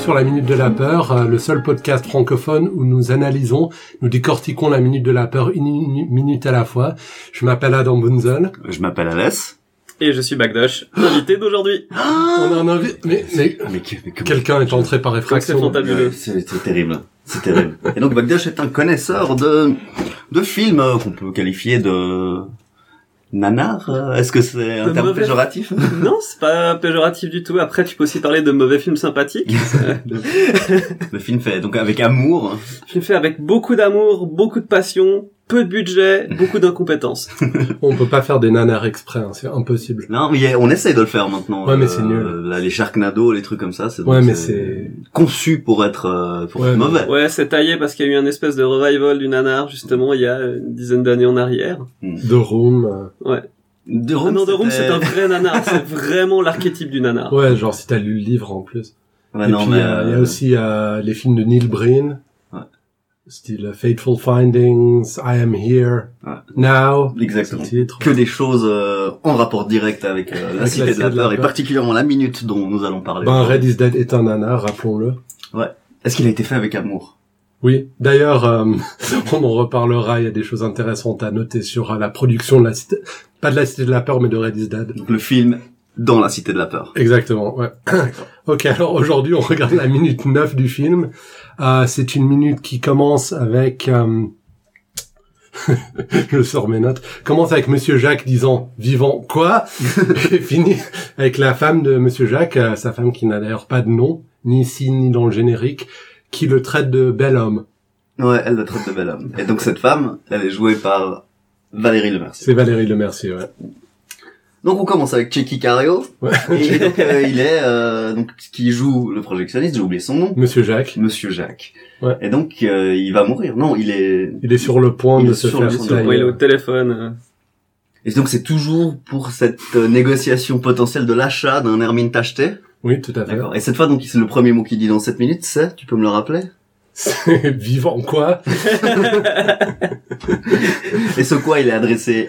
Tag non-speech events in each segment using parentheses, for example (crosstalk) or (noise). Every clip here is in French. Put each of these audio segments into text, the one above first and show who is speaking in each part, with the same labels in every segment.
Speaker 1: sur la Minute de la Peur, euh, le seul podcast francophone où nous analysons, nous décortiquons la Minute de la Peur une une minute à la fois. Je m'appelle Adam Bunzel.
Speaker 2: Je m'appelle Alès.
Speaker 3: Et je suis Bagdosh, invité
Speaker 1: (laughs)
Speaker 3: d'aujourd'hui.
Speaker 2: Ah
Speaker 1: On a un invité... Mais, mais
Speaker 2: Mais que- mais que-
Speaker 1: quelqu'un est entré par
Speaker 3: Comme c'est
Speaker 1: effraction.
Speaker 3: fantabuleux.
Speaker 2: Ouais, C'est c'est terrible. C'est terrible. Et donc Bagdash est un connaisseur de de films euh, qu'on peut qualifier de nanar. euh, Est-ce que c'est un
Speaker 3: De
Speaker 2: terme
Speaker 1: (laughs)
Speaker 3: mauvais.
Speaker 2: péjoratif
Speaker 3: Non, c'est pas péjoratif du tout. Après, tu peux aussi parler de mauvais films sympathiques.
Speaker 2: Le film fait donc avec amour.
Speaker 3: Film fait avec beaucoup d'amour, beaucoup de passion, peu de budget, beaucoup
Speaker 1: (laughs)
Speaker 3: d'incompétence.
Speaker 1: On peut pas faire des nanars exprès, hein, c'est impossible.
Speaker 2: Non, mais il y a- on essaye de le faire maintenant. Euh,
Speaker 1: Ouais, mais c'est nul.
Speaker 2: Là, les Sharknado, les trucs comme ça, c'est donc
Speaker 1: Ouais, mais
Speaker 2: c'est
Speaker 1: c'est...
Speaker 2: conçu pour être euh, pour
Speaker 1: Ouais,
Speaker 2: être
Speaker 1: mais-
Speaker 2: mauvais.
Speaker 3: Ouais, c'est taillé parce qu'il y a eu un espèce de revival du nanar, justement, il y a une dizaine d'années en arrière.
Speaker 2: Euh,
Speaker 1: The Room. euh.
Speaker 2: De
Speaker 3: Ah non, The Room, c'est
Speaker 2: c'était-
Speaker 3: un
Speaker 1: (laughs)
Speaker 3: vrai nanar. C'est vraiment l'archétype du nanar.
Speaker 1: euh, Ouais, genre si t'as lu le livre en plus.
Speaker 2: Ouais,
Speaker 1: Et
Speaker 2: non,
Speaker 1: puis,
Speaker 2: mais,
Speaker 1: euh, il y a
Speaker 2: euh,
Speaker 1: aussi euh, les films de Neil Breen.
Speaker 2: Ouais.
Speaker 1: Style euh, Fateful Findings, I Am Here,
Speaker 2: Ouais.
Speaker 1: Now.
Speaker 2: Exactement.
Speaker 1: C'est le titre.
Speaker 2: que des choses euh, en rapport direct avec euh, la
Speaker 1: Avec
Speaker 2: cité de la peur et particulièrement la minute dont nous allons parler.
Speaker 1: Ben, Red is Dead est un nanar, rappelons-le.
Speaker 2: Est-ce qu'il a été fait avec amour
Speaker 1: Oui. D'ailleurs, euh, (laughs) on en reparlera. Il y a des choses intéressantes à noter sur euh, la production de la cité, pas de la cité de la peur, mais de Red is Dead.
Speaker 2: Donc le film dans la cité de la peur.
Speaker 1: Exactement, ouais. ok, alors aujourd'hui, on regarde la minute 9 du film. Euh, c'est une minute qui commence avec... euh, (laughs) Je sors mes notes. Commence avec Monsieur Jacques disant « Vivant quoi ?»
Speaker 2: (laughs)
Speaker 1: Et finit avec la femme de Monsieur Jacques, euh, sa femme qui n'a d'ailleurs pas de nom, ni ici, ni dans le générique, qui le traite de « bel homme
Speaker 2: Ouais, elle le traite de bel homme. Et donc cette femme, elle est jouée par Valérie Lemercier. ».
Speaker 1: C'est Valérie Lemercier, ouais.
Speaker 2: Donc on commence avec Checky Cario.
Speaker 1: Ouais.
Speaker 2: Et donc euh, il est euh, donc qui joue le projectionniste, j'ai oublié son nom,
Speaker 1: Monsieur Jacques,
Speaker 2: Monsieur Jacques.
Speaker 1: Ouais.
Speaker 2: Et donc euh, il va mourir. Non, il est
Speaker 1: il est sur le point
Speaker 2: Il
Speaker 1: de
Speaker 2: est
Speaker 1: se
Speaker 2: sur le
Speaker 1: faire
Speaker 2: point de-
Speaker 3: Ouais, il est au
Speaker 1: tailler.
Speaker 3: téléphone. euh.
Speaker 2: et donc c'est toujours pour cette euh, négociation potentielle de l'achat d'un Hermine tacheté.
Speaker 1: Oui, tout à fait.
Speaker 2: D'accord. Et cette fois donc c'est le premier mot qu'il dit dans cette minute, c'est tu peux me le rappeler
Speaker 1: (laughs) C'est « Vivant quoi ?»
Speaker 2: Et ce quoi il est adressé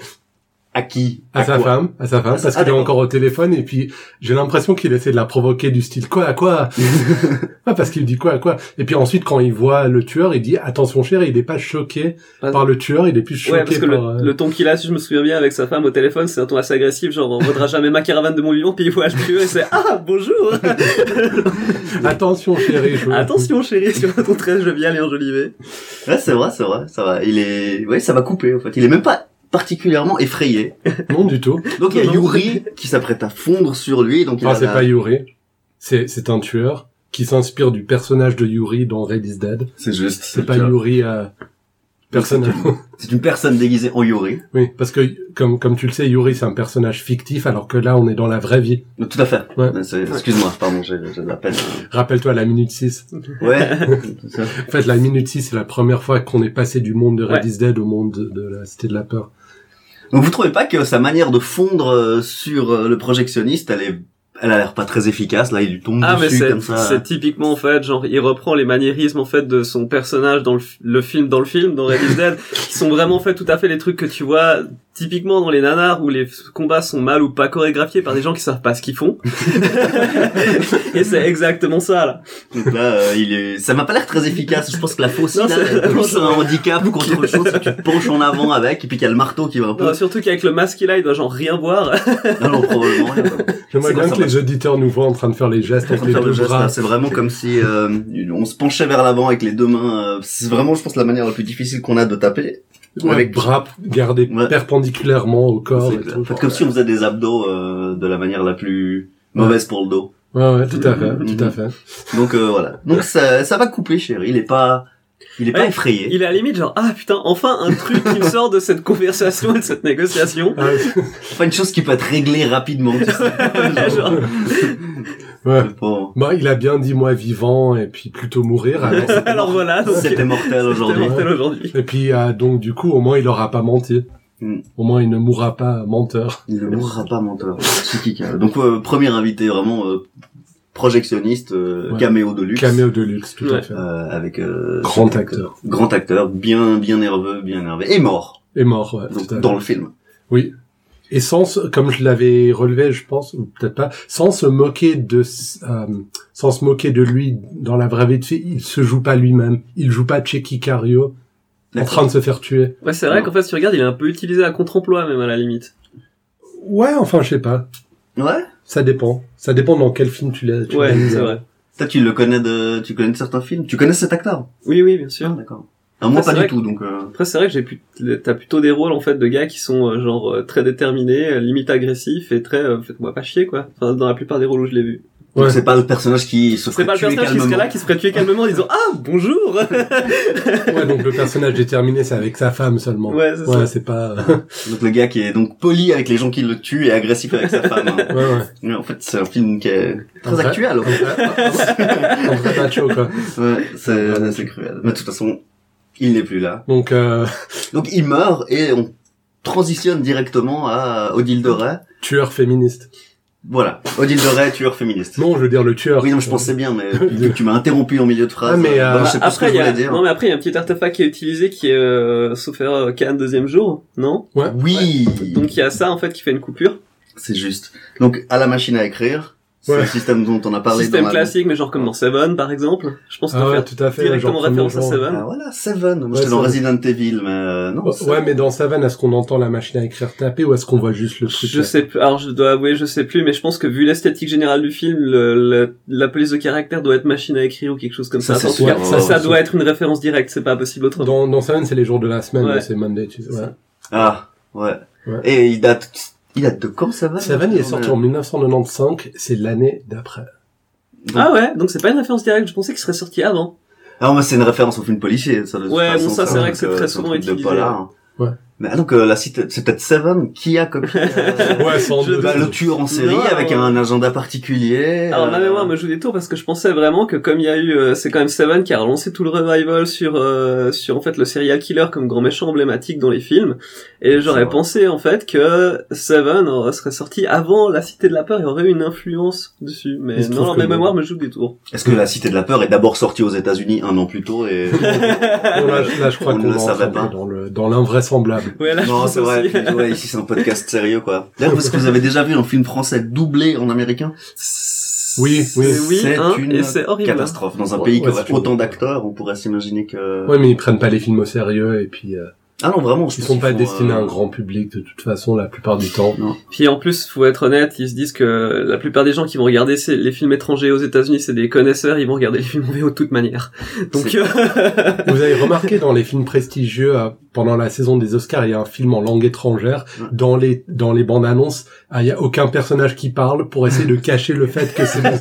Speaker 2: à qui
Speaker 1: À sa
Speaker 2: quoi
Speaker 1: femme, à sa femme,
Speaker 2: Ah,
Speaker 1: parce
Speaker 2: ah,
Speaker 1: qu'il est
Speaker 2: d'accord.
Speaker 1: encore au téléphone et puis j'ai l'impression qu'il essaie de la provoquer du style quoi à quoi Ah, parce qu'il dit quoi à quoi Et puis ensuite quand il voit le tueur, il dit attention cher, il n'est pas choqué
Speaker 3: Ah.
Speaker 1: par le tueur, il est plus choqué
Speaker 3: Ouais, parce que
Speaker 1: par.
Speaker 3: le,
Speaker 1: euh,
Speaker 3: le ton qu'il a, si je me souviens bien, avec sa femme au téléphone, c'est un ton assez agressif, genre on voudra jamais ma caravane de mon vivant, puis il voit le tueur et c'est Ah, bonjour
Speaker 1: Attention chérie,
Speaker 3: (laughs)
Speaker 1: je...
Speaker 3: Attention chérie, sur ton très jovial et enjolivé.
Speaker 2: (laughs) Ouais, c'est vrai, c'est vrai, ça va. Il est, ouais, ça va couper en fait. Il est même pas particulièrement effrayé.
Speaker 1: non du
Speaker 3: (laughs)
Speaker 1: tout.
Speaker 2: Donc il y a
Speaker 3: Non.
Speaker 2: Yuri qui s'apprête à fondre sur lui, donc il
Speaker 1: Enfin
Speaker 2: a
Speaker 1: c'est
Speaker 2: la-
Speaker 1: pas Yuri, c'est c'est un tueur qui s'inspire du personnage de Yuri dans Red is Dead.
Speaker 2: C'est juste.
Speaker 1: C'est pas
Speaker 2: tu vois.
Speaker 1: Yuri euh, personnage.
Speaker 2: C'est une personne déguisée en Yuri.
Speaker 1: (laughs) oui, parce que comme comme tu le sais, Yuri c'est un personnage fictif alors que là on est dans la vraie vie.
Speaker 2: Donc, Tout à fait.
Speaker 1: Ouais.
Speaker 2: Mais c'est- Excuse-moi, pardon, j'ai j'ai de
Speaker 1: (laughs)
Speaker 2: la peine.
Speaker 1: Rappelle-toi la minute 6.
Speaker 2: Ouais. (laughs)
Speaker 1: En fait, la minute 6, c'est la première fois qu'on est passé du monde de Red is Dead au monde de, de la Cité de la Peur.
Speaker 2: donc vous trouvez pas que sa manière de fondre euh, sur euh, le projectionniste, elle est, elle a l'air pas très efficace. Là, il lui tombe
Speaker 3: Ah mais
Speaker 2: dessus
Speaker 3: c'est
Speaker 2: comme ça.
Speaker 3: c'est typiquement en fait, genre il reprend les maniérismes en fait de son personnage dans le, f- le film, dans le film, dans Red
Speaker 2: (laughs)
Speaker 3: is Dead, qui sont vraiment en fait tout à fait les trucs que tu vois typiquement dans les nanars où les f- combats sont mal ou pas chorégraphiés par des gens qui savent pas ce
Speaker 2: (laughs)
Speaker 3: qu'ils font. et c'est exactement ça là.
Speaker 2: Donc là, euh, il est... ça m'a pas l'air très efficace. Je pense que la fausse,
Speaker 3: Non,
Speaker 2: là,
Speaker 3: c'est-
Speaker 2: elle est plus un handicap contre
Speaker 3: euh,
Speaker 2: autre chose. Si tu te penches en avant avec, et puis qu'il y a le marteau qui va un peu.
Speaker 3: Non, Euh, surtout qu'avec le masque qu'il a, il doit genre rien voir. (laughs)
Speaker 2: Non, non, probablement. rien.
Speaker 1: J'aimerais
Speaker 2: C'est quoi
Speaker 1: bien
Speaker 2: ça,
Speaker 1: que les auditeurs nous voient en train de faire les gestes
Speaker 2: En train
Speaker 1: avec
Speaker 2: de
Speaker 1: les
Speaker 2: faire
Speaker 1: deux
Speaker 2: le geste, là,
Speaker 1: bras.
Speaker 2: C'est vraiment comme si euh, on se penchait vers l'avant avec les deux mains. euh, c'est vraiment, je pense, la manière la plus difficile qu'on a de taper.
Speaker 1: Ouais,
Speaker 2: avec-
Speaker 1: bras gardés
Speaker 2: Ouais.
Speaker 1: perpendiculairement au corps.
Speaker 2: C'est
Speaker 1: et
Speaker 2: clair.
Speaker 1: tout,
Speaker 2: En fait,
Speaker 1: genre.
Speaker 2: comme si on faisait des abdos euh, de la manière la plus mauvaise pour le dos.
Speaker 1: Ouais, ouais, tout à fait,
Speaker 2: Mhm.
Speaker 1: tout à fait.
Speaker 2: Donc euh, voilà. Donc ça, ça va couper, chérie. Il est pas, il est pas
Speaker 3: Ouais,
Speaker 2: effrayé.
Speaker 3: Il est à la limite genre ah putain enfin un truc qui me sort de cette conversation et de cette négociation.
Speaker 1: Ah,
Speaker 2: Pas une chose qui peut être réglée rapidement. Tu sais.
Speaker 3: (laughs) Genre,
Speaker 1: ouais.
Speaker 2: Bon,
Speaker 1: Bon, il a bien dit moi vivant et puis plutôt mourir.
Speaker 2: (laughs)
Speaker 1: alors c'est-
Speaker 3: alors voilà donc
Speaker 2: C'était mortel
Speaker 3: Ah, c'était
Speaker 2: aujourd'hui.
Speaker 3: mortel aujourd'hui.
Speaker 1: et puis euh, donc du coup, au moins il aura pas menti.
Speaker 2: Mhm.
Speaker 1: Au moins il ne mourra pas menteur.
Speaker 2: Il ne mourra pas menteur. C'est qui, Karl Donc euh, premier invité vraiment euh, projectionniste, euh,
Speaker 1: Ouais.
Speaker 2: caméo de luxe,
Speaker 1: Caméo de luxe, tout à
Speaker 3: Ouais.
Speaker 1: fait.
Speaker 2: euh, avec euh,
Speaker 1: Grand
Speaker 2: cet
Speaker 1: acteur.
Speaker 2: grand acteur, bien bien nerveux, bien énervé, et mort
Speaker 1: Et mort, ouais,
Speaker 2: donc,
Speaker 1: tout à fait.
Speaker 2: dans le film.
Speaker 1: Oui. Et sans, se- comme je l'avais relevé, je pense, ou peut-être pas, sans se moquer de, s- euh, sans se moquer de lui dans la vraie vie de fille, il se joue pas lui-même. Il joue pas Checky Cario en train de se faire tuer.
Speaker 3: Ouais, c'est vrai qu'en fait, si tu regardes, il est un peu utilisé à contre-emploi, même à la limite.
Speaker 1: Ouais, enfin, je sais pas.
Speaker 2: Ouais.
Speaker 1: Ça dépend. Ça dépend dans quel film tu l'as. tu
Speaker 3: Ouais,
Speaker 1: l'as mis,
Speaker 3: c'est
Speaker 1: hein.
Speaker 3: vrai.
Speaker 2: Toi, tu le connais de, tu connais de certains films. Tu connais cet acteur
Speaker 3: Oui, oui, bien sûr.
Speaker 2: D'accord. Ah, moi,
Speaker 3: Ah, c'est
Speaker 2: pas
Speaker 3: vrai
Speaker 2: du
Speaker 3: que-
Speaker 2: tout, donc. euh,
Speaker 3: Après, c'est vrai que j'ai pu... t'as plutôt des rôles en fait de gars qui sont euh, genre euh, très déterminés, euh, limite agressifs et très euh, faites-moi pas chier quoi. Enfin, dans la plupart des rôles où je l'ai vu.
Speaker 2: donc
Speaker 1: Ouais.
Speaker 2: c'est pas le personnage qui se
Speaker 3: C'est
Speaker 2: ferait
Speaker 3: pas le
Speaker 2: tuer
Speaker 3: personnage qui serait
Speaker 2: calmement.
Speaker 3: là qui se ferait tuer calmement en disant ah bonjour.
Speaker 1: Ouais, donc le personnage déterminé, c'est avec sa femme seulement.
Speaker 3: (laughs) ouais, c'est
Speaker 1: Ouais,
Speaker 3: ça.
Speaker 1: c'est pas. (laughs)
Speaker 2: Donc le gars qui est donc poli avec les gens qui le tuent et agressif avec sa femme. hein.
Speaker 1: (laughs) Ouais, ouais.
Speaker 2: Mais en fait, c'est un film qui est très
Speaker 1: Ouais.
Speaker 2: actuel. en
Speaker 1: Comme
Speaker 2: fait.
Speaker 1: ça. Comme ça, pas chaud, quoi.
Speaker 2: Ouais,
Speaker 1: Ah,
Speaker 2: c'est c'est cruel. Mais de toute façon, il n'est plus là.
Speaker 1: Donc, euh,
Speaker 2: Donc il meurt et on transitionne directement à Odile de Ray.
Speaker 1: tueur féministe.
Speaker 2: Voilà, Odile de Ray, tueur féministe.
Speaker 1: Non, je veux dire le tueur.
Speaker 2: Oui, non, je pensais bien,
Speaker 1: (laughs)
Speaker 2: mais tu, tu m'as interrompu en milieu de phrase.
Speaker 1: Ah, mais, euh,
Speaker 2: Bon, je
Speaker 3: Bah,
Speaker 2: sais pas ce que je
Speaker 3: après, il y a...
Speaker 2: voulais dire.
Speaker 3: non mais après il y a un petit artefact qui est utilisé qui est euh, sauf erreur, Cannes deuxième jour, non
Speaker 2: Oui,
Speaker 3: Donc il y a ça en fait qui fait une coupure.
Speaker 2: c'est juste. Donc à la machine à écrire, c'est
Speaker 1: Ouais.
Speaker 2: le système dont on a parlé
Speaker 3: Système
Speaker 2: dans la...
Speaker 3: classique, mais genre comme dans Seven par exemple. Je pense qu'on
Speaker 1: Ah
Speaker 3: peut
Speaker 1: ouais,
Speaker 3: faire
Speaker 1: tout à fait.
Speaker 3: directement
Speaker 1: genre premier
Speaker 3: référence à
Speaker 1: genre.
Speaker 3: Seven.
Speaker 2: Ah voilà, Seven. Moi,
Speaker 1: hein. Ouais,
Speaker 2: j'étais dans
Speaker 1: Seven.
Speaker 2: Resident Evil, mais euh, non.
Speaker 1: Ouais, ouais, mais dans Savane, est-ce qu'on entend la machine à écrire taper ou est-ce qu'on voit juste le truc
Speaker 3: Je sais plus. Alors je dois avouer, je sais plus, mais je pense que vu l'esthétique générale du film, le, le- la police de caractère doit être machine à écrire ou quelque chose comme
Speaker 2: Ça,
Speaker 3: ça.
Speaker 2: c'est
Speaker 3: En tout
Speaker 2: sûr.
Speaker 3: cas,
Speaker 1: Ouais,
Speaker 3: ça
Speaker 1: ouais,
Speaker 3: doit
Speaker 1: ouais.
Speaker 3: être une référence directe. C'est pas possible autrement.
Speaker 1: Dans, dans Savane, c'est les jours de la semaine,
Speaker 3: Ouais.
Speaker 1: mais c'est Monday, tu sais. Ouais.
Speaker 2: Ah ouais.
Speaker 1: Ouais.
Speaker 2: Et il date, il date de quand Seven
Speaker 1: Savane, il est sorti
Speaker 2: Ouais.
Speaker 1: en 1995, c'est l'année d'après.
Speaker 3: Ah ouais. Donc c'est pas une référence directe. Je pensais qu'il serait sorti avant.
Speaker 2: Ah, moi, c'est une référence au film policier, ça. de toute
Speaker 3: Ouais, bon,
Speaker 2: façon,
Speaker 3: ça, c'est
Speaker 2: un truc,
Speaker 3: vrai que c'est
Speaker 2: euh,
Speaker 3: très
Speaker 2: un
Speaker 3: souvent
Speaker 2: truc de
Speaker 3: utilisé.
Speaker 2: polar, hein.
Speaker 1: Ouais.
Speaker 2: Mais ah, donc, euh, la cité, c'est peut-être Seven qui a
Speaker 3: (laughs)
Speaker 2: copié euh,
Speaker 1: Ouais, sans
Speaker 3: Je-
Speaker 1: doute.
Speaker 2: bah, le tueur en série
Speaker 3: Non,
Speaker 2: avec
Speaker 3: alors-
Speaker 2: un agenda particulier.
Speaker 3: Alors ma
Speaker 2: euh,
Speaker 3: mémoire me joue des tours parce que je pensais vraiment que comme il y a eu, euh, c'est quand même Seven qui a relancé tout le revival sur euh, sur en fait le serial killer comme grand méchant emblématique dans les films. Et
Speaker 2: C'est
Speaker 3: j'aurais
Speaker 2: vrai.
Speaker 3: pensé en fait que Seven euh, serait sorti avant la Cité de la peur et aurait eu une influence dessus.
Speaker 1: Il
Speaker 3: Mais
Speaker 1: se
Speaker 3: non,
Speaker 1: trouve
Speaker 3: alors,
Speaker 1: que
Speaker 3: ma
Speaker 1: non.
Speaker 3: mémoire me joue des tours.
Speaker 2: Est-ce que la cité de la peur est d'abord sortie aux États-Unis un an plus tôt
Speaker 3: (laughs)
Speaker 2: et...
Speaker 1: Bon, là, je- là, je crois
Speaker 2: On
Speaker 1: qu'on va
Speaker 2: ne le savait
Speaker 1: entrer
Speaker 2: pas.
Speaker 1: dans le dans l'invraisemblable.
Speaker 3: Ouais, là,
Speaker 2: (laughs)
Speaker 3: je
Speaker 2: non,
Speaker 3: pense
Speaker 2: c'est vrai.
Speaker 3: aussi.
Speaker 2: puis,
Speaker 3: (laughs)
Speaker 2: ouais, ici, c'est un podcast sérieux, quoi. D'ailleurs, est-ce que vous avez déjà vu un film français doublé en américain?
Speaker 1: Oui, oui.
Speaker 3: C'est oui,
Speaker 2: C'est
Speaker 3: hein,
Speaker 2: une
Speaker 3: et c'est horrible.
Speaker 2: Catastrophe. Dans un
Speaker 1: Ouais,
Speaker 2: pays
Speaker 1: ouais,
Speaker 2: qui aurait
Speaker 1: c'est une-
Speaker 2: autant d'acteurs, on pourrait s'imaginer que...
Speaker 1: Ouais, mais ils prennent pas les films au sérieux et puis euh,
Speaker 2: Ah non, vraiment, je
Speaker 1: ils
Speaker 2: pense
Speaker 1: sont
Speaker 2: qu'ils
Speaker 1: pas
Speaker 2: font,
Speaker 1: destinés à
Speaker 2: euh,
Speaker 1: un grand public de toute façon la plupart du temps.
Speaker 3: Puis en plus, faut être honnête, ils se disent que la plupart des gens qui vont regarder ces- les films étrangers aux États-Unis, c'est des connaisseurs, ils vont regarder les films en VO de toute manière. Donc euh,
Speaker 2: C'est-
Speaker 1: Vous avez remarqué dans les films prestigieux euh, pendant la saison des Oscars, il y a un film en langue étrangère
Speaker 2: Ouais.
Speaker 1: dans les dans les bandes annonces, ah, il y a aucun personnage qui parle pour essayer de cacher le fait que c'est dans,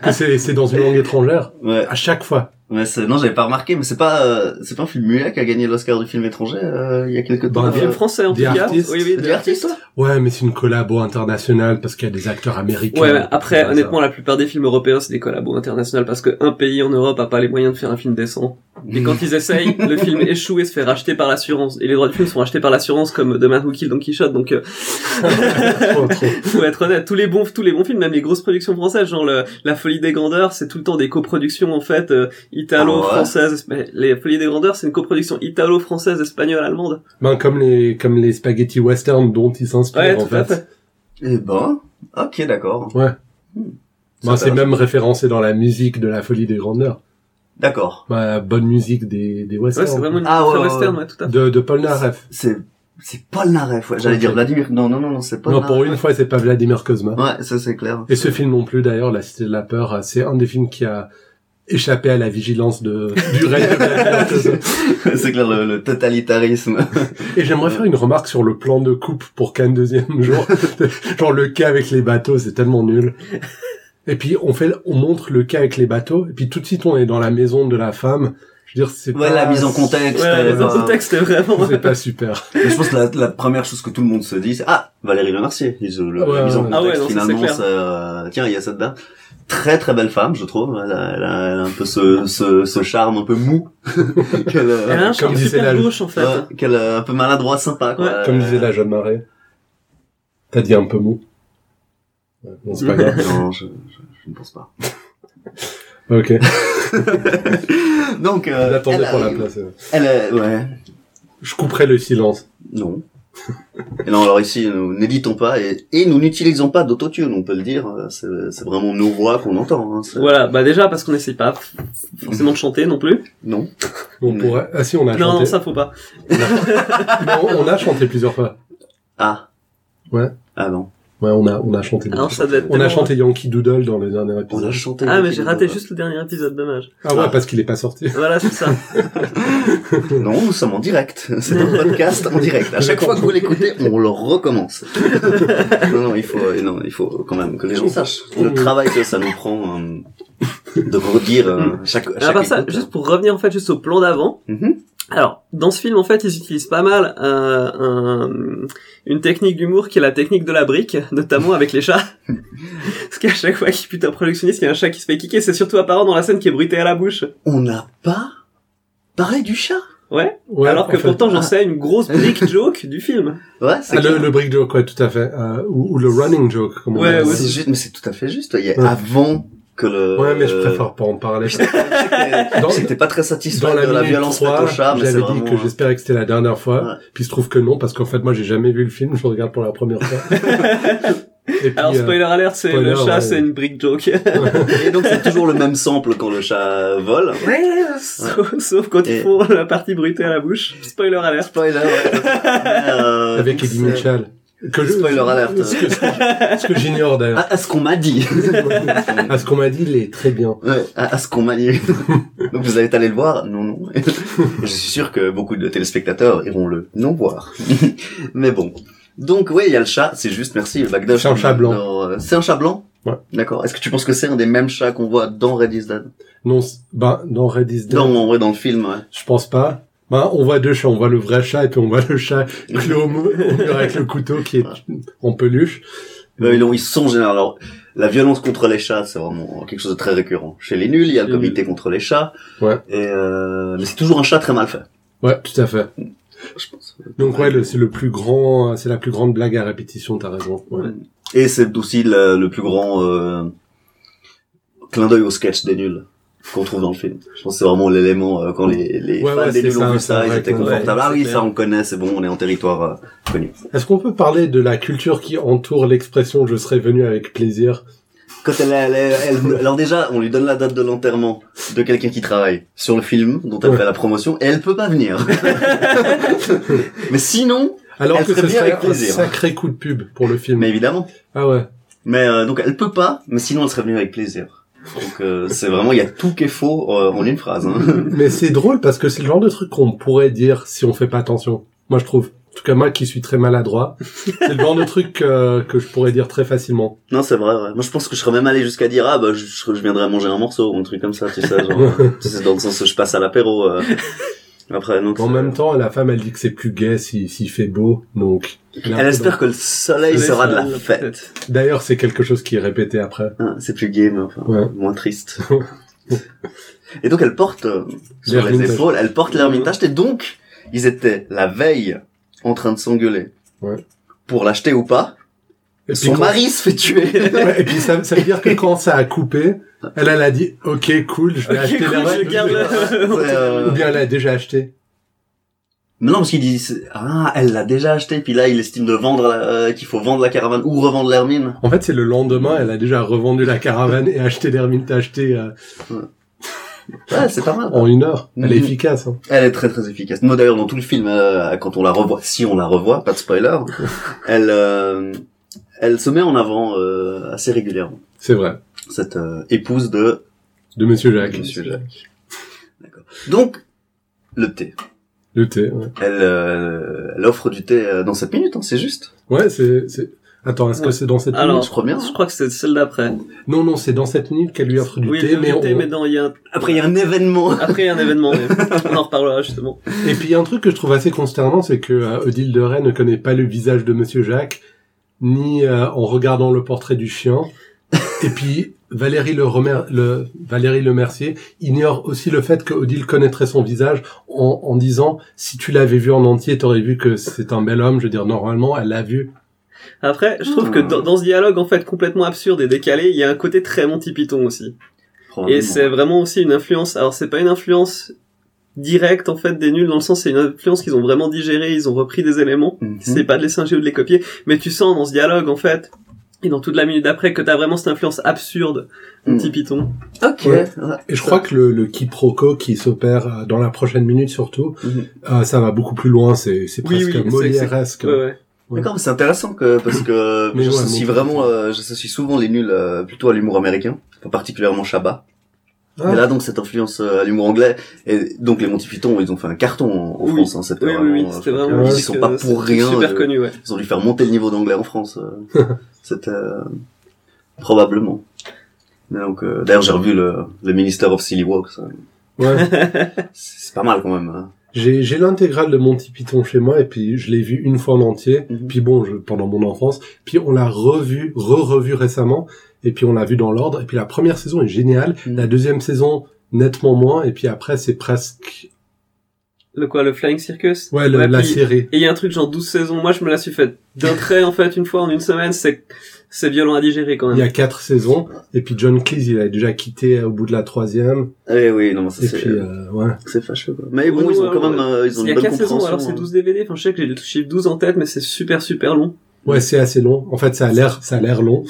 Speaker 1: que c'est c'est dans une langue étrangère
Speaker 2: Ouais,
Speaker 1: à chaque fois.
Speaker 2: ouais c'est... non, j'avais pas remarqué, mais c'est pas, euh, c'est pas un film muet qui a gagné l'Oscar du film étranger, euh, il y a quelques temps.
Speaker 1: Bah,
Speaker 3: un
Speaker 2: euh,
Speaker 3: (laughs) film français en tout
Speaker 1: des
Speaker 3: cas.
Speaker 1: artistes.
Speaker 3: Oui, oui,
Speaker 2: Des artistes, toi
Speaker 1: Ouais, mais c'est une collabo internationale parce qu'il y a des acteurs américains.
Speaker 3: Ouais, mais après,
Speaker 1: Ça.
Speaker 3: honnêtement, la plupart des films européens, c'est des collabos internationales parce qu'un pays en Europe a pas les moyens de faire un film décent. Et quand ils essayent,
Speaker 1: (laughs)
Speaker 3: le film échoue et se fait racheter par l'assurance. Et les droits du film sont rachetés par l'assurance comme The Man Who Killed Don Quichotte. Donc, euh,
Speaker 1: Trop, trop.
Speaker 3: faut être honnête, tous les bons, tous les bons films, même les grosses productions françaises, genre le- La Folie des Grandeurs, c'est tout le temps des coproductions, en fait, euh,
Speaker 2: Ah
Speaker 3: italo-françaises. Mais Les Folies des Grandeurs, c'est une coproduction italo-française, espagnole, allemande.
Speaker 1: Ben, comme les comme les spaghetti western dont ils s'inspirent
Speaker 3: Ouais,
Speaker 1: en
Speaker 3: tout à
Speaker 1: fait.
Speaker 3: fait.
Speaker 2: Eh ben, ok, d'accord.
Speaker 1: Ouais.
Speaker 2: Hmm.
Speaker 1: Ben, c'est
Speaker 2: pas-
Speaker 1: même référencé dans la musique de la folie des grandeurs.
Speaker 2: D'accord.
Speaker 1: Ben, la bonne musique des des
Speaker 3: Ouais,
Speaker 1: westerns.
Speaker 3: c'est vraiment une
Speaker 2: Ah, ouais,
Speaker 3: très
Speaker 2: ouais,
Speaker 3: western, ouais, tout à fait.
Speaker 1: de, de Paul Naref.
Speaker 2: C'est, c'est Paul Naref, ouais. J'allais
Speaker 1: Ok.
Speaker 2: dire Vladimir. Non, non, non, non, c'est Paul
Speaker 1: Non, pour
Speaker 2: Naref.
Speaker 1: une fois, c'est pas Vladimir Kozma.
Speaker 2: Ouais, ça,
Speaker 1: (laughs)
Speaker 2: c'est clair.
Speaker 1: Et ce film non plus, d'ailleurs, La Cité de la Peur, euh, c'est un des films qui a échappé à la vigilance de, du règne de
Speaker 2: (laughs)
Speaker 1: Vladimir Kozma.
Speaker 2: c'est clair, le, le totalitarisme.
Speaker 1: Et j'aimerais faire une remarque sur le plan de coupe pour Cannes deuxième jour. (laughs) Genre le cas avec les bateaux, c'est tellement nul. Et puis, on fait, on montre le cas avec les bateaux, et puis tout de suite, on est dans la maison de la femme. Je veux dire, c'est
Speaker 2: Ouais,
Speaker 1: pas-
Speaker 2: la mise en contexte.
Speaker 3: Ouais,
Speaker 2: euh,
Speaker 3: les sous-textes, c'est vraiment.
Speaker 1: C'est pas super.
Speaker 2: Mais je pense que la, la première chose que tout le monde se dit, c'est ah Valérie Lemercier. Ils ont le,
Speaker 1: Ouais,
Speaker 2: la mise en
Speaker 1: ouais.
Speaker 2: contexte
Speaker 3: Ah ouais, non, ça, c'est
Speaker 2: finalement.
Speaker 3: clair.
Speaker 2: ça, euh, tiens, il y a cette dame. Très très belle femme, je trouve. Elle a, elle a- elle a un peu ce, ce, ce charme un peu mou (laughs) qu'elle
Speaker 3: Elle a
Speaker 2: euh,
Speaker 3: un
Speaker 1: Comme
Speaker 3: charme
Speaker 1: disait
Speaker 3: super
Speaker 1: la-
Speaker 3: gauche, en fait.
Speaker 2: ouais, qu'elle a un peu maladroit, sympa. Quoi.
Speaker 1: Comme disait la jeune marée. T'as dit un peu mou. Ouais, Non,
Speaker 2: (laughs)
Speaker 1: c'est pas grave.
Speaker 2: Non, je, je, je ne pense pas.
Speaker 1: Ok.
Speaker 2: Donc, euh,
Speaker 1: J'attendais
Speaker 2: elle
Speaker 1: pour la
Speaker 2: arrive.
Speaker 1: place. euh.
Speaker 2: Elle, est- ouais,
Speaker 1: Je couperai le silence.
Speaker 2: non. Et non, alors ici, nous n'éditons pas et, et nous n'utilisons pas d'autotune, on peut le dire. Euh, C'est c'est vraiment nos voix qu'on entend. Hein, c'est-
Speaker 3: Voilà, bah déjà parce qu'on n'essaye pas f- forcément de chanter non plus.
Speaker 2: Non.
Speaker 1: On pourrait... Ah si, on a
Speaker 3: Non, non,
Speaker 1: chanté.
Speaker 3: ça faut pas.
Speaker 1: Non, on a chanté plusieurs fois.
Speaker 2: Ah.
Speaker 1: Ouais.
Speaker 2: Ah non.
Speaker 1: Ouais, on a, on a chanté.
Speaker 3: Alors ça devait être
Speaker 1: on a
Speaker 3: tellement-
Speaker 1: chanté Yankee Doodle dans le dernier
Speaker 2: On a
Speaker 1: épisode.
Speaker 2: chanté.
Speaker 3: Ah mais j'ai raté juste le dernier épisode, dommage.
Speaker 1: Ah ouais, parce qu'il est pas sorti.
Speaker 3: Voilà,
Speaker 1: (laughs)
Speaker 3: c'est ça.
Speaker 2: Non, nous sommes en direct. (laughs) C'est un podcast en direct. À chaque fois que vous l'écoutez, on le
Speaker 3: (laughs)
Speaker 2: recommence. non, non, il faut, euh, non, il faut quand même que les gens sachent le travail que ça nous prend euh, de redire euh, chaque, à
Speaker 3: À
Speaker 2: chaque
Speaker 3: part Mm. Ah, bah, ça,
Speaker 2: écoute.
Speaker 1: hein.
Speaker 3: juste pour revenir en fait juste au plan d'avant.
Speaker 2: Mhm.
Speaker 3: Alors, dans ce film, en fait, ils utilisent pas mal euh, un- une technique d'humour qui est la technique de la brique, notamment avec les
Speaker 1: (laughs)
Speaker 3: chats. Parce qu'à chaque fois qu'il pute un productionniste, il y a un chat qui se fait kicker, c'est surtout apparent dans la scène qui est bruitée à la bouche.
Speaker 2: On n'a pas parlé du chat.
Speaker 1: Ouais,
Speaker 3: Alors que
Speaker 1: en fait.
Speaker 3: pourtant, j'en sais une
Speaker 1: (laughs)
Speaker 3: grosse brique joke du film.
Speaker 2: Ouais, c'est
Speaker 1: Ah, le,
Speaker 2: clair.
Speaker 1: le break joke, ouais, tout à fait. Euh, ou, ou le running joke, comme
Speaker 3: Ouais,
Speaker 1: on
Speaker 3: ouais,
Speaker 1: dit.
Speaker 2: C'est juste, mais c'est tout à fait juste. Il y a
Speaker 1: Ouais.
Speaker 2: avant que le.
Speaker 1: Ouais, mais je
Speaker 2: (laughs)
Speaker 1: préfère pas en parler. Dans-
Speaker 2: Dans, J'étais pas très satisfait
Speaker 1: Dans la,
Speaker 2: de la
Speaker 1: minute
Speaker 2: violence faite
Speaker 1: 3,
Speaker 2: au chat, mais
Speaker 1: j'avais
Speaker 2: c'est
Speaker 1: dit
Speaker 2: vraiment. euh,
Speaker 1: que j'espérais que c'était la dernière fois,
Speaker 2: Ouais.
Speaker 1: puis il se trouve que non, parce qu'en fait, moi, j'ai jamais vu le film, je le regarde pour la première
Speaker 2: (laughs)
Speaker 1: fois. Et puis,
Speaker 3: Alors,
Speaker 1: euh,
Speaker 3: spoiler alert, c'est
Speaker 1: spoiler,
Speaker 3: le chat,
Speaker 1: ouais.
Speaker 3: c'est une
Speaker 1: (laughs)
Speaker 3: brique joke.
Speaker 2: Et donc c'est toujours le même sample quand le chat
Speaker 3: (laughs)
Speaker 2: vole.
Speaker 3: sauf, sauf quand ils
Speaker 2: Et-
Speaker 3: font la partie bruitée à la bouche. Spoiler alert.
Speaker 2: Spoiler. ouais. (laughs) Euh,
Speaker 1: avec Eddie
Speaker 2: c'est-
Speaker 1: Mitchell. Que
Speaker 2: Spoiler alert.
Speaker 1: Ce que, ce que- ce que j'ignore d'ailleurs.
Speaker 2: À, à ce qu'on
Speaker 1: (laughs)
Speaker 2: m'a dit. (laughs)
Speaker 1: À ce qu'on m'a dit, il est très bien.
Speaker 2: Ouais, à, à ce qu'on m'a dit. (laughs) Donc vous allez aller le voir Non, (laughs) non. Et Je suis sûr que beaucoup de téléspectateurs iront le non voir. (laughs) Mais bon. Donc ouais, il y a le chat. C'est juste merci. le Bagdosh.
Speaker 1: C'est un chat blanc.
Speaker 2: Alors, euh, C'est un chat blanc.
Speaker 1: Ouais.
Speaker 2: D'accord. Est-ce que tu penses que c'est un des mêmes chats qu'on voit dans Red Is Dead
Speaker 1: Non, c- ben, dans Red is Dead,
Speaker 2: Non, en vrai, dans le film. ouais.
Speaker 1: je pense pas. Ben, on voit deux chats, on voit le vrai chat, et puis on voit le chat clos
Speaker 2: (laughs)
Speaker 1: au mur au mur avec le couteau qui est en peluche.
Speaker 2: Mais non, ils sont généraux. Alors, la violence contre les chats, c'est vraiment quelque chose de très récurrent. Chez les nuls, il y a le
Speaker 3: Les nuls.
Speaker 2: comité contre les chats.
Speaker 1: Ouais.
Speaker 2: Et euh, mais c'est toujours un chat très mal fait,
Speaker 1: Ouais, tout à fait.
Speaker 2: je pense.
Speaker 1: Donc ouais, le- c'est le plus grand, euh, c'est la plus grande blague à répétition, t'as raison. Ouais.
Speaker 2: Et c'est aussi le, le plus grand euh, clin d'œil au sketch des nuls qu'on trouve dans le film. Je pense que c'est vraiment l'élément euh, quand les, les
Speaker 1: Ouais,
Speaker 2: fans
Speaker 1: ouais,
Speaker 2: des
Speaker 1: c'est
Speaker 2: nuls
Speaker 1: ça,
Speaker 2: ont vu
Speaker 1: c'est
Speaker 2: ça, ils
Speaker 1: vrai
Speaker 2: étaient
Speaker 1: que-
Speaker 2: confortables.
Speaker 3: ouais,
Speaker 2: ah oui,
Speaker 3: c'est
Speaker 2: ça
Speaker 3: clair.
Speaker 2: on connaît, c'est bon, on est en territoire euh, connu.
Speaker 1: Est-ce qu'on peut parler de la culture qui entoure l'expression je serais venu avec plaisir
Speaker 2: Quand elle, elle, elle- elle- alors déjà, on lui donne la date de l'enterrement de quelqu'un qui travaille sur le film dont elle
Speaker 1: Ouais.
Speaker 2: fait la promotion et elle peut
Speaker 1: (laughs)
Speaker 2: pas venir. mais sinon,
Speaker 1: Alors
Speaker 2: Elle
Speaker 1: que
Speaker 2: serait
Speaker 1: ce
Speaker 2: bien
Speaker 1: serait
Speaker 2: avec
Speaker 1: un
Speaker 2: plaisir.
Speaker 1: sacré coup de pub pour le film.
Speaker 2: mais évidemment.
Speaker 1: Ah ouais.
Speaker 2: Mais euh, donc elle peut pas, mais sinon elle serait venue avec plaisir. Donc (laughs) euh, c'est vraiment il y a tout qui est faux euh, en une phrase. Hein.
Speaker 1: Mais c'est drôle parce que c'est le genre de truc qu'on pourrait dire si on fait pas attention. Moi je trouve. En tout cas moi qui suis très maladroit, c'est le genre de truc euh, que je pourrais dire très
Speaker 2: (laughs)
Speaker 1: facilement.
Speaker 2: (laughs) Non c'est vrai. ouais. Moi je pense que je serais même allé jusqu'à dire ah bah je, je viendrais manger un morceau ou un truc comme ça, tu sais. (laughs) Genre, euh, tu sais, dans le sens où je passe à l'apéro. euh, Après euh, non.
Speaker 1: En
Speaker 2: c'est-
Speaker 1: même temps, la femme elle dit que c'est plus gay si- s'il fait beau, donc.
Speaker 2: Elle espère que le soleil sera de la fête.
Speaker 1: D'ailleurs c'est quelque chose qui est répété après.
Speaker 2: Ah, c'est plus gay, mais enfin,
Speaker 1: Ouais. (laughs)
Speaker 2: moins triste. et donc elle porte euh, sur les
Speaker 1: L'Hermitage.
Speaker 2: épaules, elle porte l'hermitage, et donc ils étaient la veille en train de s'engueuler.
Speaker 1: Ouais.
Speaker 2: Pour l'acheter ou pas,
Speaker 1: Et puis
Speaker 2: son
Speaker 1: quand-
Speaker 2: mari se fait tuer.
Speaker 1: (laughs) Ouais, et puis ça, ça veut dire que quand ça a coupé, elle, elle a dit ok cool, je vais
Speaker 3: Ok,
Speaker 1: acheter
Speaker 3: cool,
Speaker 1: la
Speaker 3: je garde
Speaker 2: C'est,
Speaker 3: la...
Speaker 1: (laughs)
Speaker 2: euh,
Speaker 1: Ou bien elle a déjà acheté.
Speaker 2: Mais non, parce qu'il dit, c'est- ah, elle l'a déjà acheté, puis là il estime de vendre, la- euh, qu'il faut vendre la caravane ou revendre l'hermine.
Speaker 1: En fait, c'est le lendemain, elle a déjà revendu la caravane et acheté l'hermine acheté euh,
Speaker 2: Ouais, c'est pas mal.
Speaker 1: en une heure. Elle est
Speaker 2: Mhm.
Speaker 1: efficace. hein.
Speaker 2: Elle est très très efficace. Moi d'ailleurs dans tout le film, euh, quand on la revoit, si on la revoit, pas
Speaker 1: (laughs)
Speaker 2: de spoiler, elle euh, elle se met en avant euh, assez régulièrement.
Speaker 1: C'est vrai.
Speaker 2: Cette euh, épouse de
Speaker 1: De Monsieur Jacques.
Speaker 2: Monsieur Jacques. D'accord. Donc le thé.
Speaker 1: Le thé. Ouais,
Speaker 2: Elle, euh, elle offre du thé euh, dans cette minute, hein, c'est juste.
Speaker 1: Ouais, c'est. c'est- Attends, est-ce que
Speaker 3: Ouais.
Speaker 1: c'est dans cette
Speaker 3: Alors,
Speaker 2: Je crois bien.
Speaker 3: (laughs)
Speaker 2: hein.
Speaker 3: Je crois que c'est celle d'après.
Speaker 1: minute Non, non, c'est dans cette minute qu'elle lui offre du
Speaker 3: oui,
Speaker 1: thé,
Speaker 3: le
Speaker 1: mais, on-
Speaker 3: thé, mais dans, il y a un...
Speaker 2: Après il y a un événement.
Speaker 3: Après, il y a un événement,
Speaker 1: (laughs)
Speaker 3: mais on en reparlera justement.
Speaker 1: Et puis il y a un truc que je trouve assez consternant, c'est que euh, Odile de Rennes ne connaît pas le visage de Monsieur Jacques, ni euh, en regardant le portrait du chien. Et puis Valérie le, Remer- le Valérie le Mercier ignore aussi le fait que Odile connaîtrait son visage en, en disant si tu l'avais vu en entier, t'aurais vu que c'est un bel homme. Je veux dire normalement, elle l'a vu.
Speaker 3: Après, je trouve que dans, dans ce dialogue, en fait, complètement absurde et décalé, il y a un côté très Monty Python aussi. Et
Speaker 2: Probablement.
Speaker 3: c'est vraiment aussi une influence. Alors, c'est pas une influence direct en fait des nuls dans le sens c'est une influence qu'ils ont vraiment digéré ils ont repris des éléments
Speaker 2: Mhm.
Speaker 3: c'est pas de les singer ou de les copier mais tu sens dans ce dialogue en fait et dans toute la minute d'après que t'as vraiment cette influence absurde
Speaker 2: Mhm.
Speaker 3: petit python
Speaker 2: Ok.
Speaker 1: Ouais.
Speaker 2: Ouais.
Speaker 1: Et je crois que le, le quiproquo qui s'opère euh, dans la prochaine minute surtout,
Speaker 2: Mhm.
Speaker 1: euh, ça va beaucoup plus loin. C'est c'est
Speaker 3: Oui,
Speaker 1: presque
Speaker 3: oui, c'est-
Speaker 1: Molièresque.
Speaker 3: ouais, ouais.
Speaker 2: D'accord, mais c'est intéressant que, parce que
Speaker 1: (coughs) Mais ouais,
Speaker 2: j'associe
Speaker 1: mon-
Speaker 2: vraiment, euh, j'associe souvent les nuls euh, plutôt à l'humour américain, pas particulièrement Chabat.
Speaker 1: Ah.
Speaker 2: Mais là, donc, cette influence euh, à l'humour anglais, et donc les Monty Python, ils ont fait un carton en, en
Speaker 3: Oui.
Speaker 2: France, hein, c'était
Speaker 3: oui oui
Speaker 2: vraiment,
Speaker 3: oui
Speaker 2: euh,
Speaker 3: c'était
Speaker 2: je crois
Speaker 3: vraiment
Speaker 2: que
Speaker 1: ouais,
Speaker 2: ils
Speaker 3: parce
Speaker 2: sont
Speaker 3: que
Speaker 2: pas pour
Speaker 3: c'était
Speaker 2: rien,
Speaker 3: super
Speaker 2: euh,
Speaker 3: connu ouais
Speaker 2: ils ont dû faire monter le niveau d'anglais en France.
Speaker 1: (laughs)
Speaker 2: euh, c'était, euh, probablement. Mais donc, euh, d'ailleurs, j'ai revu le, le Minister of Silly Walks, hein.
Speaker 1: Ouais.
Speaker 2: c'est c'est pas mal quand même. hein.
Speaker 1: J'ai, j'ai l'intégrale de Monty Python chez moi et puis je l'ai vue une fois en entier.
Speaker 2: Mhm.
Speaker 1: Puis bon, je, pendant mon enfance. Puis on l'a revue, re-revue récemment. Et puis on l'a vue dans l'ordre. Et puis la première saison est géniale.
Speaker 2: Mhm.
Speaker 1: La deuxième saison nettement moins. Et puis après c'est presque
Speaker 3: le quoi le Flying Circus
Speaker 1: ouais, le- la
Speaker 3: puis-
Speaker 1: série.
Speaker 3: Et il y a un truc genre 12 saisons, moi je me la suis faite d'un trait en fait une fois en une semaine, c'est c'est violent à digérer quand
Speaker 1: Il y
Speaker 3: même.
Speaker 1: a quatre saisons. Et puis John Cleese il a déjà quitté au bout de la troisième.
Speaker 2: Eh oui, non, ça
Speaker 1: Et
Speaker 2: c'est,
Speaker 1: puis euh, ouais.
Speaker 2: c'est fâcheux, quoi. Mais bon,
Speaker 3: Oui,
Speaker 2: ils ont
Speaker 3: ouais,
Speaker 2: quand
Speaker 3: ouais.
Speaker 2: même, euh, ils ont
Speaker 3: Il y
Speaker 2: une
Speaker 3: a
Speaker 2: bonne
Speaker 3: 4 saisons,
Speaker 2: compréhension.
Speaker 3: alors c'est
Speaker 2: hein.
Speaker 3: 12 DVD, enfin je sais que j'ai le chiffre 12 en tête mais c'est super super long.
Speaker 1: Ouais, c'est assez long. En fait, ça a l'air, ça a l'air long.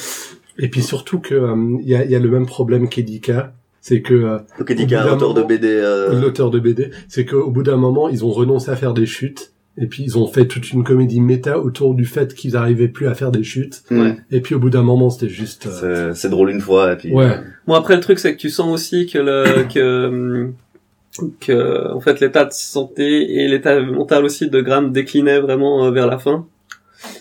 Speaker 1: Et puis surtout que euh, il y, a, il y a le même problème qu'Edika, c'est que euh,
Speaker 2: Ok, Dika,
Speaker 1: Évidemment.
Speaker 2: auteur de BD. Euh...
Speaker 1: l'auteur de BD, c'est qu'au bout d'un moment, ils ont renoncé à faire des chutes. Et puis ils ont fait toute une comédie méta autour du fait qu'ils n'arrivaient plus à faire des chutes.
Speaker 2: hmm,
Speaker 3: Ouais.
Speaker 1: Et puis au bout d'un moment, c'était juste. euh,
Speaker 2: C'est c'est drôle une fois et puis.
Speaker 1: Ouais.
Speaker 3: Bon après le truc c'est que tu sens aussi
Speaker 2: (coughs)
Speaker 3: que le que hum, que en fait l'état de santé et l'état mental aussi de Graham déclinait vraiment euh, vers la fin.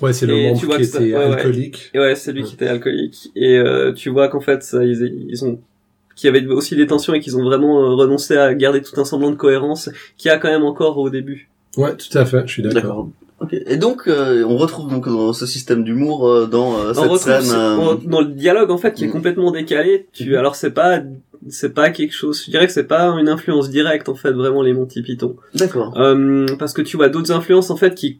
Speaker 1: Ouais, c'est le
Speaker 3: Et
Speaker 1: membre
Speaker 3: tu vois
Speaker 1: qui
Speaker 3: que ça-
Speaker 1: était
Speaker 3: ouais, ouais.
Speaker 1: alcoolique.
Speaker 3: Et ouais, c'est lui qui était alcoolique et euh, tu vois qu'en fait ça, ils, ils ont qu'il y avait aussi des tensions et qu'ils ont vraiment euh, renoncé à garder tout un semblant de cohérence qu'il y a quand même encore au début.
Speaker 1: Ouais. tout à fait. Je suis d'accord.
Speaker 2: euh, D'accord. Ok. Et donc, euh, on retrouve donc dans ce système d'humour euh, dans euh, cette
Speaker 3: on retrouve
Speaker 2: scène.
Speaker 3: ce-
Speaker 2: euh,
Speaker 3: on- dans le dialogue en fait qui est
Speaker 2: Mm.
Speaker 3: complètement décalé tu
Speaker 2: Mhm.
Speaker 3: alors c'est pas c'est pas quelque chose je dirais que c'est pas une influence directe en fait vraiment les Monty Python
Speaker 2: D'accord.
Speaker 3: Euh, parce que tu vois d'autres influences en fait qui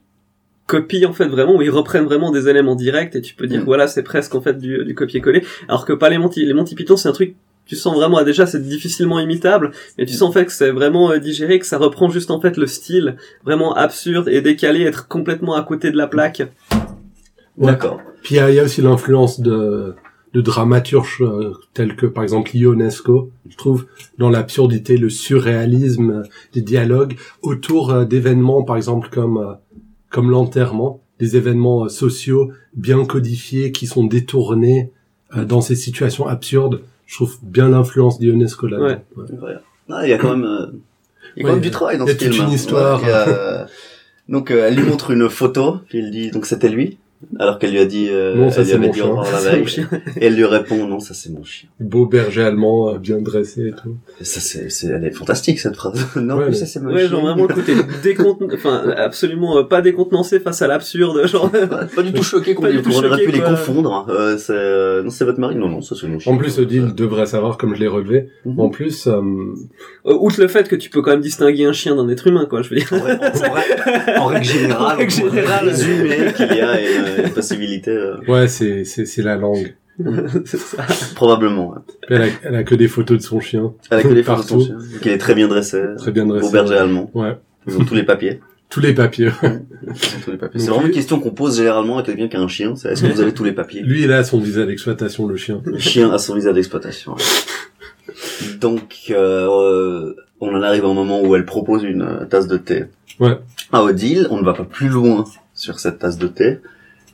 Speaker 3: copient en fait vraiment ou ils reprennent vraiment des éléments directs et tu peux dire
Speaker 2: Mm.
Speaker 3: voilà c'est presque en fait du, du copier-coller alors que pas les Monty les Monty Python c'est un truc tu sens vraiment ah, déjà c'est difficilement imitable mais
Speaker 2: Mhm.
Speaker 3: tu sens en fait que c'est vraiment euh, digéré que ça reprend juste en fait le style vraiment absurde et décalé être complètement à côté de la plaque
Speaker 1: Ouais.
Speaker 2: D'accord.
Speaker 1: Puis il y, a- il y a aussi l'influence de, de dramaturges euh, tels que par exemple Ionesco, je trouve, dans l'absurdité, le surréalisme euh, des dialogues autour euh, d'événements, par exemple comme euh, comme l'enterrement, des événements euh, sociaux bien codifiés qui sont détournés euh, dans ces situations absurdes. Je trouve bien l'influence d'Ionesco là-dedans. Ouais.
Speaker 2: Ouais. Ah, il y a quand même, euh, il y a quand
Speaker 1: Ouais,
Speaker 2: même du travail dans
Speaker 1: il y
Speaker 2: ce
Speaker 1: a
Speaker 2: film.
Speaker 1: toute
Speaker 2: hein.
Speaker 1: une histoire.
Speaker 2: Ouais, il y a, euh, donc, euh, elle lui montre une photo. Puis elle dit donc c'était lui. Alors qu'elle lui a dit, euh,
Speaker 1: Non, ça,
Speaker 2: elle lui
Speaker 1: (laughs) c'est
Speaker 2: avait
Speaker 1: mon
Speaker 2: dit
Speaker 1: chien.
Speaker 2: au revoir la
Speaker 3: C'est mon
Speaker 2: veille.
Speaker 3: chien.
Speaker 2: Et elle lui répond non, ça c'est mon chien.
Speaker 1: Beau berger allemand euh, bien dressé et tout.
Speaker 2: Et ça c'est, c'est, elle est fantastique cette phrase. (laughs) non,
Speaker 1: Ouais,
Speaker 2: mais
Speaker 1: mais-
Speaker 2: ça c'est mon
Speaker 3: Ouais,
Speaker 2: chien.
Speaker 3: genre vraiment le
Speaker 2: (laughs)
Speaker 3: côté déconten... enfin absolument euh, pas décontenancé face à l'absurde, genre. euh,
Speaker 2: Ouais, pas (laughs) du tout choqué qu'on
Speaker 3: Pas du
Speaker 2: ait-
Speaker 3: tout
Speaker 2: qu'on aurait
Speaker 3: choqué,
Speaker 2: pu les
Speaker 3: quoi.
Speaker 2: confondre. Euh, c'est, euh, non, c'est votre mari Non, non, ça c'est mon chien.
Speaker 1: En plus, Odile devrait savoir, comme je l'ai relevé.
Speaker 2: Mhm.
Speaker 1: En plus, euh,
Speaker 3: Euh, Outre le fait que tu peux quand même distinguer un chien d'un être humain, quoi. Je veux dire. (laughs)
Speaker 2: En vrai- en vrai- en règle générale,
Speaker 3: En règle
Speaker 2: on pourrait
Speaker 3: générale.
Speaker 2: résumer qu'il y a une, une possibilité, euh,
Speaker 1: ouais, c'est c'est c'est la langue.
Speaker 3: C'est ça.
Speaker 2: probablement. hein. ouais.
Speaker 1: Elle a, elle a que des photos de son chien,
Speaker 2: Elle a que les
Speaker 1: Partout.
Speaker 2: photos de son chien, qu'il est très bien dressé,
Speaker 1: très bien
Speaker 2: beau
Speaker 1: dressé.
Speaker 2: berger allemand.
Speaker 1: Ouais.
Speaker 2: Ils ont tous les papiers.
Speaker 1: Tous les papiers.
Speaker 2: Ils ont tous les papiers.
Speaker 1: Donc
Speaker 2: C'est vraiment
Speaker 1: lui-
Speaker 2: une question qu'on pose généralement à quelqu'un qui a un chien. C'est est-ce que vous avez tous les papiers
Speaker 1: Lui, il a son visa d'exploitation, le chien.
Speaker 2: Le chien a son visa d'exploitation. ouais. Donc, euh, euh, on en arrive au moment où elle propose une euh, tasse de thé.
Speaker 1: Ouais.
Speaker 2: À Odile, on ne va pas plus loin sur cette tasse de thé.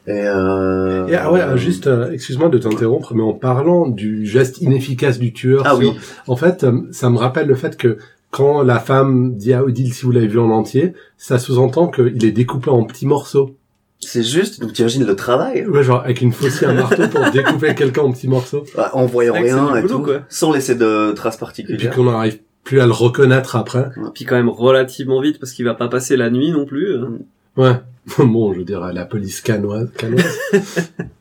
Speaker 2: Et, euh,
Speaker 1: Et, ah ouais,
Speaker 2: euh,
Speaker 1: juste, euh, excuse-moi de t'interrompre, mais en parlant du geste inefficace du tueur,
Speaker 2: Ah oui.
Speaker 1: sur- en fait, euh, ça me rappelle le fait que quand la femme dit à Odile si vous l'avez vu en entier, ça sous-entend qu'il est découpé en petits morceaux.
Speaker 2: C'est juste, donc t'imagines le travail,
Speaker 1: Ouais, genre avec une faucille, un marteau
Speaker 2: (laughs)
Speaker 1: pour découper quelqu'un en petits morceaux.
Speaker 2: euh, en voyant
Speaker 3: C'est vrai que c'est
Speaker 2: rien
Speaker 3: du
Speaker 2: et
Speaker 3: boulot,
Speaker 2: tout,
Speaker 3: quoi.
Speaker 2: sans laisser de traces
Speaker 1: Et puis
Speaker 2: particulières.
Speaker 1: qu'on n'arrive plus à le reconnaître après.
Speaker 3: Puis quand même relativement vite parce qu'il va pas passer la nuit non plus. euh.
Speaker 1: Ouais. (laughs) Bon, je dirais la police canoise.
Speaker 2: (laughs)
Speaker 1: Canoise?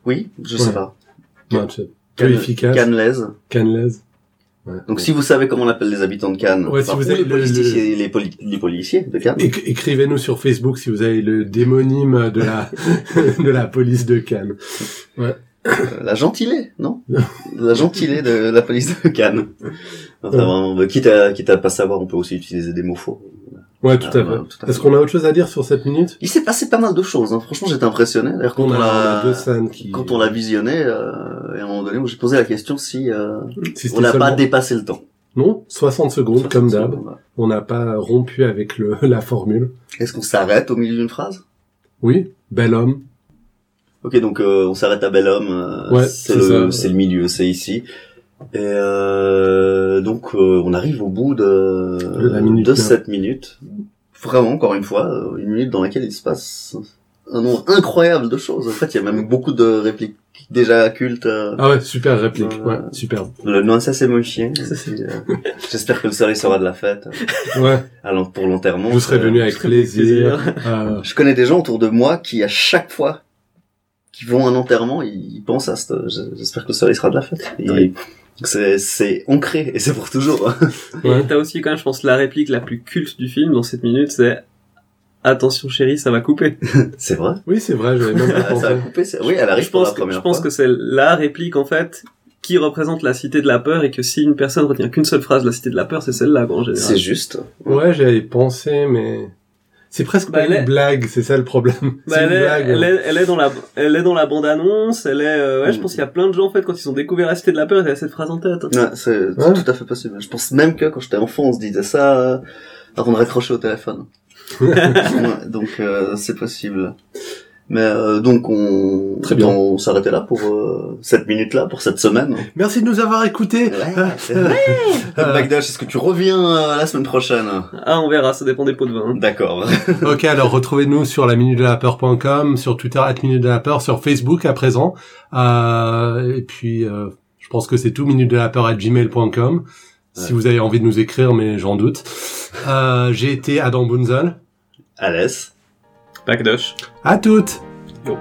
Speaker 2: Oui, je
Speaker 1: Ouais.
Speaker 2: sais pas.
Speaker 1: Ouais, c'est peu efficace.
Speaker 2: Cannes-Laise.
Speaker 1: Canelaise. Ouais.
Speaker 2: Donc si vous savez comment on appelle les habitants de Cannes,
Speaker 1: Ouais, si
Speaker 2: enfin,
Speaker 1: vous
Speaker 2: ou
Speaker 1: avez
Speaker 2: les,
Speaker 1: le-
Speaker 2: politiciers, les, poli- les policiers de Cannes,
Speaker 1: Éc- Écrivez-nous sur
Speaker 2: (laughs)
Speaker 1: Facebook si vous avez le démonyme de la de la police de Cannes.
Speaker 2: euh, la gentilée,
Speaker 1: (laughs)
Speaker 2: non La gentilée de la police de Cannes. Enfin, vraiment, bah, quitte à quitte à pas savoir, on peut aussi utiliser des mots faux.
Speaker 1: Ouais, tout à
Speaker 2: Euh,
Speaker 1: fait.
Speaker 2: tout à fait.
Speaker 1: Est-ce qu'on a autre chose à dire sur cette minute
Speaker 2: Il s'est passé pas mal de choses. Hein. Franchement, j'étais impressionné. D'ailleurs, quand on,
Speaker 1: a,
Speaker 2: l'a
Speaker 1: deux scènes qui...
Speaker 2: quand on l'a visionné, euh, et à un moment donné, où j'ai posé la question si euh,
Speaker 1: si c'était
Speaker 2: on n'a pas
Speaker 1: seulement-
Speaker 2: dépassé le temps.
Speaker 1: Non, 60 secondes comme d'hab. On n'a pas rompu avec le, (laughs) la formule.
Speaker 2: bah. Est-ce qu'on s'arrête au milieu d'une phrase
Speaker 1: Oui, bel homme.
Speaker 2: Ok, donc euh, on s'arrête à Belhomme. euh,
Speaker 1: Ouais,
Speaker 2: c'est
Speaker 1: c'est
Speaker 2: le,
Speaker 1: ça.
Speaker 2: c'est le milieu, c'est ici. Et euh, donc euh, on arrive au bout de,
Speaker 1: La minute,
Speaker 2: de
Speaker 1: hein.
Speaker 2: cette minute. Vraiment, encore une fois, euh, une minute dans laquelle il se passe un nombre incroyable de choses. En fait, il y a même beaucoup de répliques déjà cultes. euh,
Speaker 1: Ah ouais, super réplique.
Speaker 2: Euh,
Speaker 1: Ouais, superbe.
Speaker 2: Le non, ça c'est
Speaker 1: (laughs)
Speaker 2: mon chien. Ça, c'est, euh, J'espère que le soleil sera de la fête.
Speaker 1: Ouais,
Speaker 2: Alors pour l'enterrement.
Speaker 1: je serais
Speaker 2: euh,
Speaker 1: venu avec
Speaker 2: (laughs)
Speaker 1: plaisir.
Speaker 3: hein.
Speaker 1: Euh,
Speaker 2: Je connais des gens autour de moi qui à chaque fois qu'ils vont à un enterrement, ils ils pensent à ce. je- J'espère que le soleil sera de la fête. Et
Speaker 3: Oui.
Speaker 2: C'est c'est ancré et c'est pour toujours. hein.
Speaker 1: Ouais.
Speaker 3: Et t'as aussi quand même, je pense, la réplique la plus culte du film dans cette minute, c'est attention chérie, ça va couper.
Speaker 2: C'est vrai.
Speaker 1: oui, c'est vrai, j'avais même pas
Speaker 2: Ah,
Speaker 1: pensé.
Speaker 2: (laughs) ça a coupé. c'est- Oui, elle arrive
Speaker 3: je pense
Speaker 2: pour la
Speaker 3: que,
Speaker 2: première
Speaker 3: je pense
Speaker 2: fois.
Speaker 3: que c'est la réplique en fait qui représente la cité de la peur et que si une personne retient qu'une seule phrase de la cité de la peur, c'est celle-là quoi, en
Speaker 2: C'est
Speaker 3: général.
Speaker 2: juste.
Speaker 1: Ouais, j'avais pensé, mais c'est presque
Speaker 3: Bah,
Speaker 1: pas
Speaker 3: elle est-
Speaker 1: une blague, c'est ça le problème. (laughs)
Speaker 3: Bah,
Speaker 1: c'est
Speaker 3: elle,
Speaker 1: une
Speaker 3: est,
Speaker 1: blague.
Speaker 3: elle, est, elle est dans la elle est dans la bande annonce elle est euh, ouais je
Speaker 2: Mm.
Speaker 3: pense qu'il y a plein de gens en fait quand ils ont découvert la cité de la peur ils avaient cette phrase en tête hein.
Speaker 2: Ouais, c'est c'est
Speaker 1: Ouais.
Speaker 2: tout à fait possible. Je pense même que quand j'étais enfant, on se disait ça euh, avant de raccrocher au téléphone. Ouais, (laughs) donc euh, c'est possible. Mais euh, donc on,
Speaker 1: Très bien.
Speaker 2: on s'arrêtait là pour euh, cette minute là pour cette semaine.
Speaker 1: Merci de nous avoir écoutés.
Speaker 2: Ouais, c'est vrai.
Speaker 1: Euh,
Speaker 2: (laughs) Bagdash, est-ce que tu reviens euh, la semaine prochaine
Speaker 3: ah on verra ça dépend des pots de vin hein.
Speaker 2: D'accord.
Speaker 1: Ok, alors retrouvez-nous sur la minute de la peur.com, sur Twitter at minute de la peur, sur Facebook à présent. Euh, et puis, euh, je pense que c'est tout, minute de la peur at gmail.com.
Speaker 2: Ouais.
Speaker 1: Si vous avez envie de nous écrire, mais j'en doute. Euh, J'ai été Adam Bunzel.
Speaker 2: Alès.
Speaker 3: Backdosh
Speaker 1: À toutes
Speaker 3: Yo.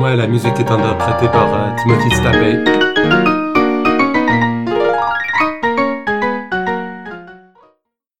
Speaker 1: Ouais, la musique est interprétée par euh, Timothy Stapey.